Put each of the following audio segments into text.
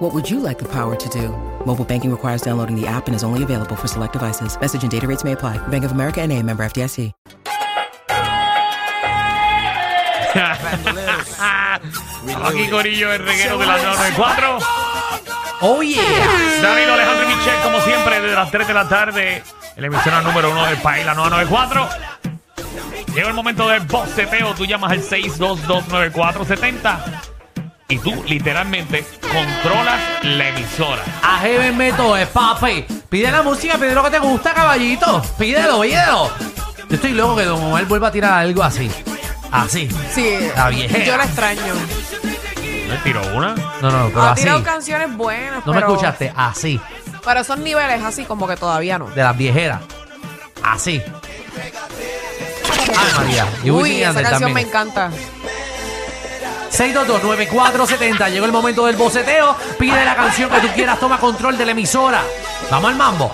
What would you like the power to do? Mobile banking requires downloading the app and is only available for select devices. Message and data rates may apply. Bank of America and a member FDIC. Aquí Corillo, el reguero de la 94. Oye, David Alejandro y Michelle, como siempre, desde las 3 de la tarde, en la emisora número 1 del país, la 994. Llega el momento del boceteo. Tú llamas al 6229470 y tú literalmente controlas la emisora. Ah, AGB todo es papi. Pide la música, pide lo que te gusta, caballito. Pídelo, pídelo. Yo estoy loco que Don Omar vuelva a tirar algo así. Así. Sí. La vieja. Yo la extraño. Me tiró una. No, no, pero Ha así. tirado No canciones buenas, me pero, escuchaste. Así. pero son niveles así como que todavía no. De las viejeras. Así. Ay, María. Y Wisin Uy, y esa Yandel canción me también. encanta. 6229470. Llegó el momento del boceteo. Pide la canción que tú quieras. Toma control de la emisora. Vamos al mambo.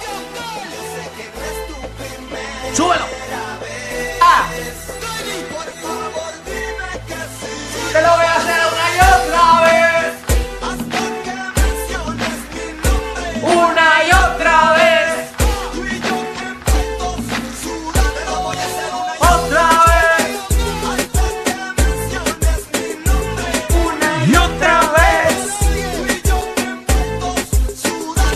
Súbelo. Ah. Te lo voy a hacer una y otra vez. Una y otra vez. Otra vez. Y otra vez.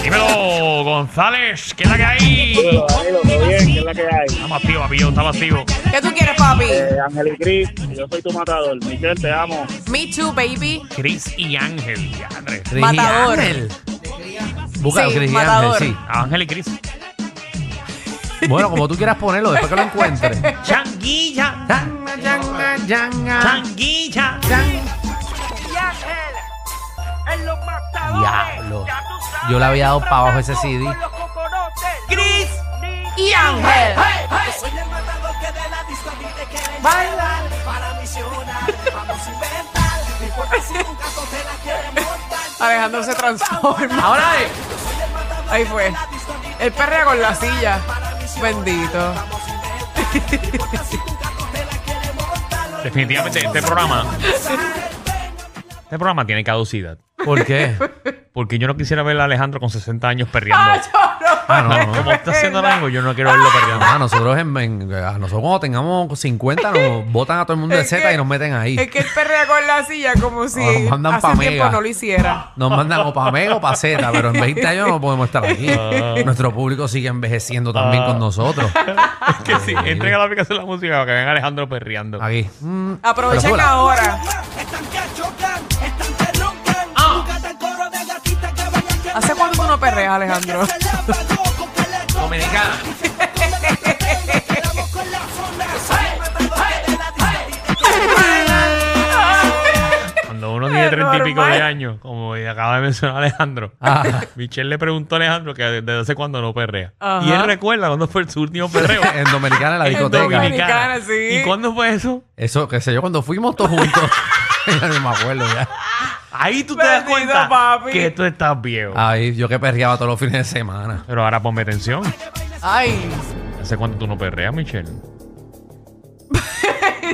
Dímelo, González, ¿qué es la que hay? Danilo, todo bien, ¿qué es la que hay? Estamos activos, papi, yo estamos activos. ¿Qué tú quieres, papi? Eh, Ángel y Cris, yo soy tu matador. Michelle, te amo. Me too, baby. Chris y Ángel. diantre. Cris y Matador. Ángel. Búscalo, Sí, Cris y matador. Ángel, Ángel y Chris. sí. Bueno, como tú quieras ponerlo, después que lo encuentres. Changuilla, Yanga, yanga, yanga. changuilla. Diablo. Yo le había dado para abajo ese CD. Y Ángel. Alejandro se transforma. Ahora es. Ahí fue. El perrea con la silla. Bendito. Definitivamente este programa. Este programa tiene caducidad. ¿Por qué? Porque yo no quisiera ver a Alejandro con 60 años Ah, perreando. yo no. Ah, no, no. Como está haciendo ahora mismo, yo no quiero verlo perreando. Ah, nosotros, en, en- a nosotros cuando tengamos 50 nos botan a todo el mundo de Es que- Z y nos meten ahí. Es que él perrea con la silla como si Nos mandan hace pa' tiempo Mega. no lo hiciera. Nos mandan o para Mega o para Z, pero en 20 años no podemos estar aquí. Ah. Nuestro público sigue envejeciendo también con nosotros. que sí, entrega la aplicación de la música para que vean a Alejandro perreando. Aquí. Mm, pero Aprovechen suela. ahora. Están que chocan, están que roncan. Ah. Nunca te coro de gatita que vayan que ¿Hace cuánto tú no perreas, Alejandro? se la pagó con que le toque. Dominicana. Vamos con la zona. Soy matador de la discoteca. Cuando uno tiene Es 30 y pico de normal. años, como acaba de mencionar Alejandro, Ah. Michelle le preguntó a Alejandro que desde hace cuándo no perrea. Ajá. Y él recuerda cuándo fue su último perreo. En Dominicana, en la En discoteca. Dominicana. sí. ¿Y cuándo fue eso? Eso, qué sé yo, cuando fuimos todos juntos. Ya no me acuerdo ya. Ahí tú te das Bendito, cuenta papi. que tú estás viejo. Ay, yo que perreaba todos los fines de semana. Pero ahora ponme atención. Ay, ¿Hace cuánto tú no perreas, Michelle?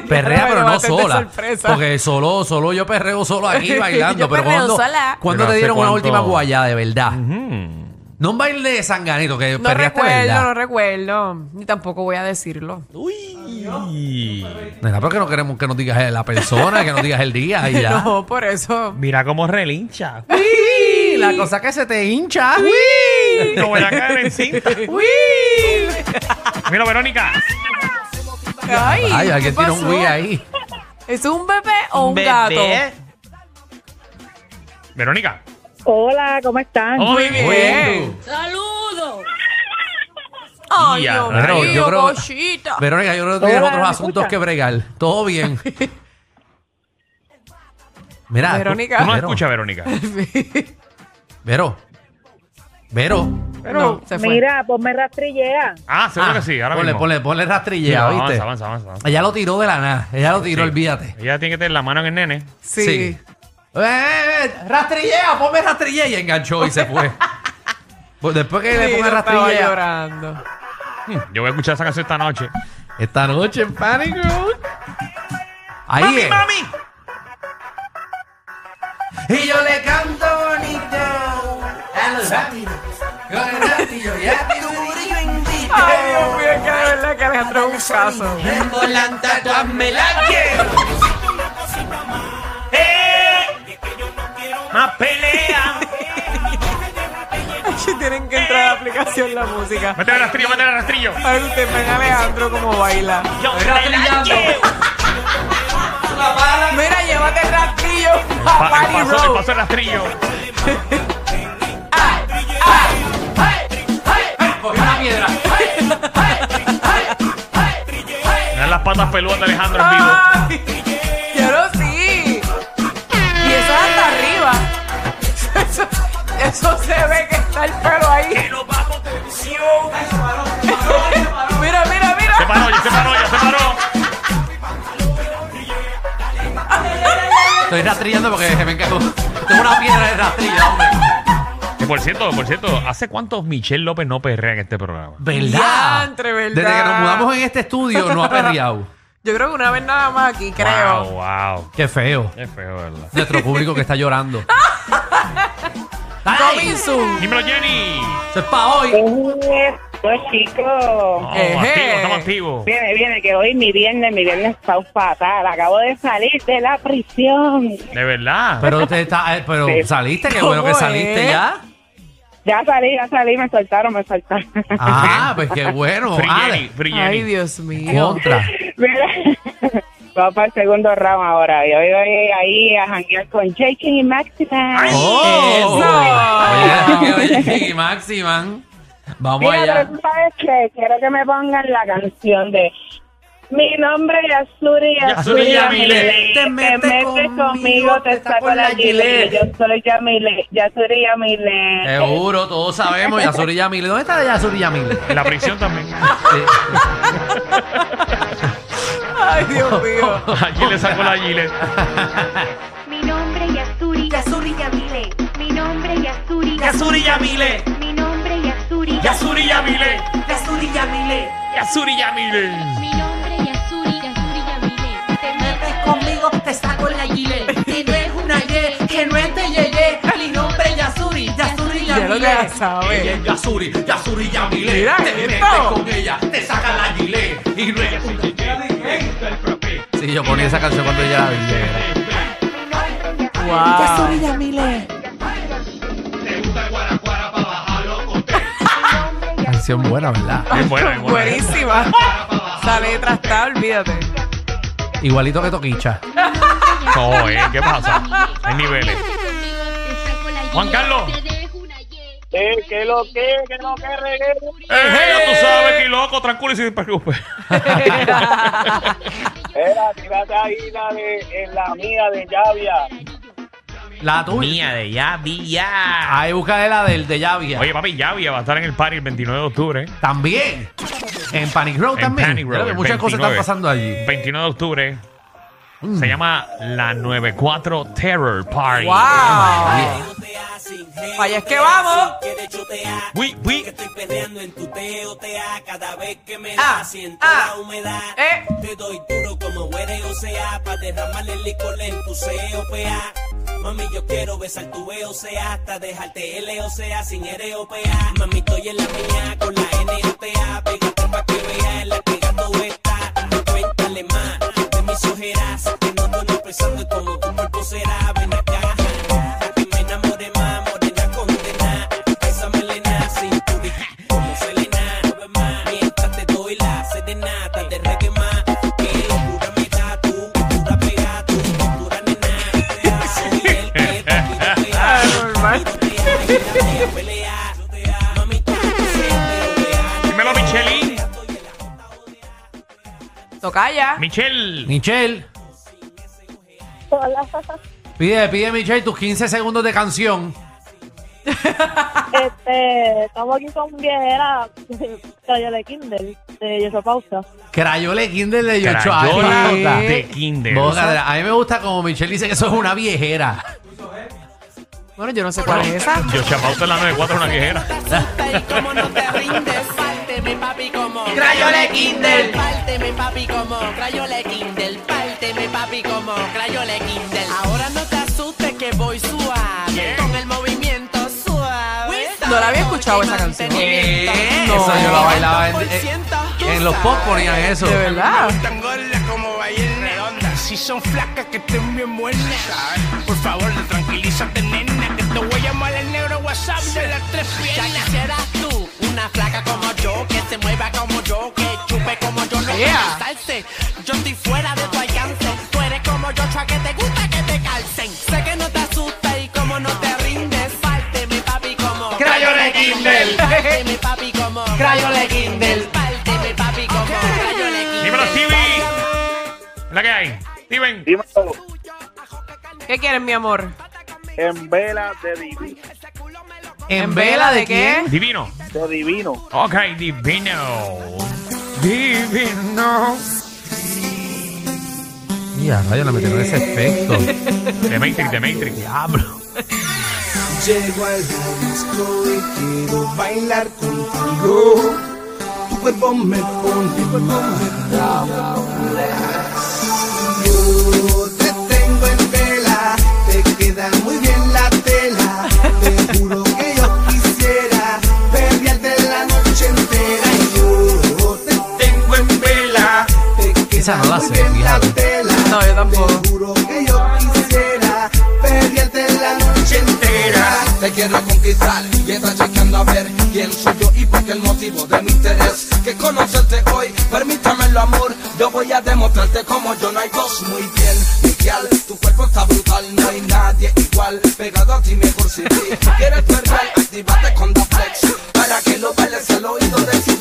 Perrea, Pero pero no bastante sola. sorpresa. Porque solo, solo yo perreo solo aquí bailando. Yo pero perreo cuando, sola. ¿cuándo Pero te hace dieron una cuánto- última guayada de verdad? Mm. No un baile de sanganito que no perreaste de recuerdo, no verdad. recuerdo. Ni tampoco voy a decirlo. Uy. Nena, porque no queremos que nos digas eh, la persona, que nos digas el día y ya. No, por eso. Mira cómo relincha. Uy, La cosa que se te hincha. Como la cara en cinta. Mira, Verónica. Ay, Ay, alguien ¿qué tiene un pasó? Wii ahí. ¿Es un bebé o un gato? Verónica. Hola, ¿cómo están? Muy bien. Ay, Ya, Dios Pero mío, yo creo, cosita. Verónica, yo creo que tienes Hola, otros ¿me asuntos escuchas? que bregar. Todo bien. Mira, Verónica. Tú no Vero, escuchas, Verónica. Vero, Vero, Pero se fue. Mira, ponme rastrillea. Ah, seguro Ah, que sí. Ahora ponle, mismo. ponle, ponle rastrillea, Sí, avanza, ¿viste? avanza, avanza, avanza. Ella lo tiró de la nada. Ella lo tiró, Sí. olvídate. Ella tiene que tener la mano en el nene. Sí. ¡Eh, eh, eh! rastrillea! ¡Ponme rastrillea! Y enganchó y se fue. Pues Después que le Sí, ponga yo estaba rastrillea. llorando. Yo voy a escuchar esa canción esta noche. Esta noche en pánico. Ahí es. Y yo le canto bonito a los amigos. Con el ratillo y a Ay, Dios mío, es que de verdad que Alejandro es un caso. En volanta tú hazme la que. Más pelea. Ay, Tienen que entrar a la aplicación la música. Métele el rastrillo, métele el rastrillo. A ver, ustedes ven a Alejandro cómo baila. Mira, llévate el rastrillo Pa- a el Party paso, el Road. Ah, paso del rastrillo. Cogió la piedra. Me dan las patas peludas de Alejandro en vivo. Ay, yo no sí. Y eso es hasta arriba. Eso, eso se ve que está el pelo ahí. Mira, mira, Se mira. paró, ya se paró, ya se paró. Estoy rastrillando porque se me encajó. Tengo una piedra de rastrillo, hombre. Que por cierto, por cierto, ¿hace cuántos Michelle López no perrea en este programa? ¿Verdad? Diantre, ¿verdad? Desde que nos mudamos en este estudio no ha perreado. Yo creo que una vez nada más aquí, creo. Wow, wow. Qué feo. Qué feo, ¿verdad? Nuestro público que está llorando. ¡Ay! Coming soon. Dímelo, Jenny. Eso es para hoy. Pues chico, No, Ejé. activo, eh. estamos activos. viene, viene, que hoy mi viernes, mi viernes está un fatal. Acabo de salir de la prisión. De verdad. Pero usted está, eh, pero Sí. saliste, qué bueno que ¿Cómo saliste es? ya. Ya salí, ya salí, me soltaron, me soltaron. Ah, pues qué bueno. Free Jenny, Ale, Free Ay, Jenny. Dios mío. contra. Mira, vamos para el segundo round ahora. Yo voy ahí a janguear con Jake y Maxima. ¡Oh! eso. Oye, oye, oye, y Maxi, man. Vamos Mira, allá. pero tú sabes que quiero que me pongan la canción de mi nombre es Yasuri, Yasuri Yasuri Yamile. Yamile. Te Te metes metes, conmigo, conmigo, te te saco saco la la Yile. Yo soy Yamile, Yasuri Eh, Yamile. Eh, Seguro, todos sabemos. Yasuri Yamile. ¿Dónde está Yasuri Yamile? En la prisión también. Ay, Dios mío. Allí le sacó la gilet. Mi nombre Yasuri, Yasuri Yamile. Mi nombre Yasuri, Yasuri Yamile. Mi nombre Yasuri, Yasuri Yamile. Yasuri Yamile. Yasuri Yamile. Mi nombre Yasuri, Yasuri Yamile. Te metes conmigo, te saco la guile. Si no es una ye, que no es de yeye. Mi nombre Yasuri, Yasuri Ya lo que ya sabes. Yasuri, Yasuri Yamile. Mira, Te metes esto. con ella, te saca la Yile. Y no es Sí, yo ponía esa canción cuando ella la vi. Wow. Canción buena, ¿verdad? Bien buena, bien buena. Buenísima. Esa letra está, olvídate. Igualito que Toquicha. No, eh, ¿qué pasa? Hay niveles. Juan Carlos. ¿Qué, qué lo que, qué lo que regué? Eh, Ejé, Eh, tú sabes, que loco, tranquilo y sin preocupes. Era, tirate ahí la de, en la mía de Llavia. La tuya. de Yavia. Ahí busca la del de Yavia. Oye, papi, Yavia va a estar en el party el 29 de octubre. ¿eh? También. En Panic Row En también. Panic Row, Creo que el muchas cosas están 29. pasando allí. 29 de octubre. Mm. Se llama la 94 Terror Party. Wow. Vaya, es que vamos. Oui, oui. Estoy peleando en tu TOTA cada vez que me Ah, das siento ah, la humedad. eh. Te doy duro como huele o sea, pa' derramar el licor en tu COPA. Mami, yo quiero besar tu E, o sea, hasta dejarte L, o sea, sin R, o PA. Mami, estoy en la mía con la N, o TA. Pégate pa' que veas en la que gato está. Cuéntale más de mis ojeras, que no estoy pensando como tu cuerpo será. Ven acá, que me enamoré más, morena condena. Esa melena cinturita como Selena. No ve más, mientras te doy la serenata de reggae más. Que locura me da tu, cultura pega tu, cultura nena. Soy el que te quiero pegar. Ah, normal. Pelea, pelea, pelea. Mami, tú no sé, pero vea. Dímelo, Michelin. Tocaya. Michelle. Michelle, Hola. pide, pide Michelle tus 15 segundos de canción. Este, estamos aquí con viejera de Kindle de Yeso Pausa. Crayole Kindle de Yochoa. Crayola Ay. de Kinder. A mí me gusta como Michelle dice que eso es una viejera. Bueno, yo no sé cuál es esa. Yo chapauta en la 94 una quejera. asusta y cómo no te rindes. Párteme, papi, como. Crayole Kindle. Párteme, papi, como. Crayole Kindle. Párteme, papi, como. Crayole Kindle. Ahora no te asustes que voy suave. Con el movimiento suave. No la había escuchado esa canción. Mantenimiento. ¿Qué? Eh, No. Eso yo la bailaba en, en- 100%, tú en los pop ponían eso. De verdad. Tan gordas como ballenas redondas. Si son flacas, que estén bien buenas. Por favor, tranquilízate, nena. Que te voy a llamar el negro WhatsApp de las tres Ya piernas. quisieras tú una flaca como yo, que se mueva como yo, que chupe como yo, no Yeah. que calzarse. Yo estoy fuera de tu alcance. Tú eres como yo, chua, que te gusta que te calcen. Sé que no te asusta y como no te rindes, párteme papi como. Crayole Kindle. Párteme papi como. Crayole Kindle. Párteme papi como. Crayole Kindle. Dímelo, Stevie. ¿La que hay? Steven. Dímelo, ¿Qué quieres, mi amor? en vela de, divi- ¿En vela de qué? Divino. de divino. Ok, divino. Divino. Mira, rayos, la metieron ese efecto. De Matrix, de Matrix. Diablo. Llego al disco y quiero bailar contigo. Tu cuerpo me pone, tu cuerpo me Yo te tengo en vela, te queda muy bien la tela. Te juro que yo quisiera perdiarte la noche entera. Yo te tengo en vela, te Esa queda no la muy sé, bien la fíjate. tela. No, yo tampoco. Te juro que yo quisiera perdierte la noche entera. Te quiero conquistar y está chequeando a ver quién soy yo y por qué el motivo de mi interés. Que conocerte hoy, permítame el amor. Yo voy a demostrarte como yo no hay dos. Muy bien, Miguel, tu cuerpo está brutal, no hay nadie igual. Pegado a ti mejor si ti. Quieres perder, activate con Da Flex para que lo bailes al oído de ti.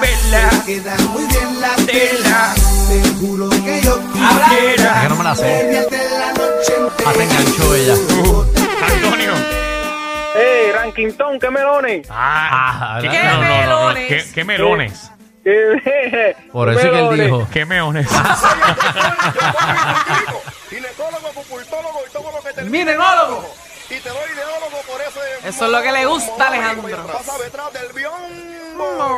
Vela. Queda muy bien la tela. Te juro que yo Es quisiera que no me la sé. perderte la noche Ah, te enganchó ella. Antonio. ¡Ey, Rankinton, Eh, qué melones! Ah, Ajá, ¿qué, ¿verdad? no, no, no, no. Qué ¿Qué, qué melones? Eh, ¡Qué- Por eso es que él melones! dijo. ¿Qué meones? Ginecólogo, pupultólogo y todo lo que te Minenólogo. Y te doy ideólogo por eso. Eso es lo que le gusta, Alejandro. Pasa detrás del biombo.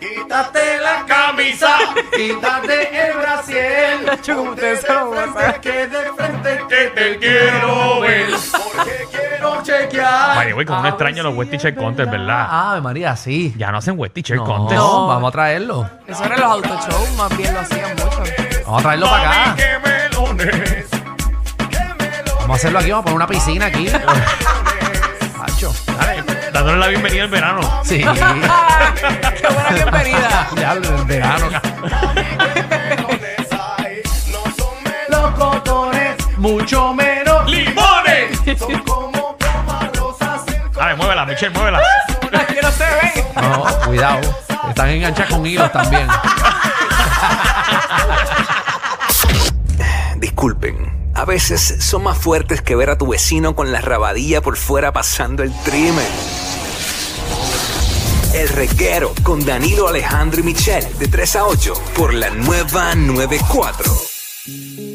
Quítate la camisa, quítate el brasier. Nacho, como ustedes se lo van a saber. que de frente que te quiero ver. Porque quiero chequear. Vale, güey, como no extraño los West Teacher Contest, ¿verdad? Ave María, sí. Ya no hacen West Teacher No, Contest. No. vamos a traerlo. Eso era los autoshows, más bien lo hacían mucho. Vamos a traerlo para Mami, acá. qué melones. Vamos a hacerlo aquí, vamos a poner una piscina aquí. Macho. Dale, dándole la bienvenida al verano. Sí. ¡Qué buena bienvenida! Ya, el verano. Los cotones, mucho menos. ¡Limones! Dale, muévela, Michelle, muévela. Aquí no se ven. No, cuidado. Están enganchadas con hilos también. Disculpen. A veces son más fuertes que ver a tu vecino con la rabadilla por fuera pasando el trimen. El reguero con Danilo Alejandro y Michel de 3 a 8 por la nueva 94.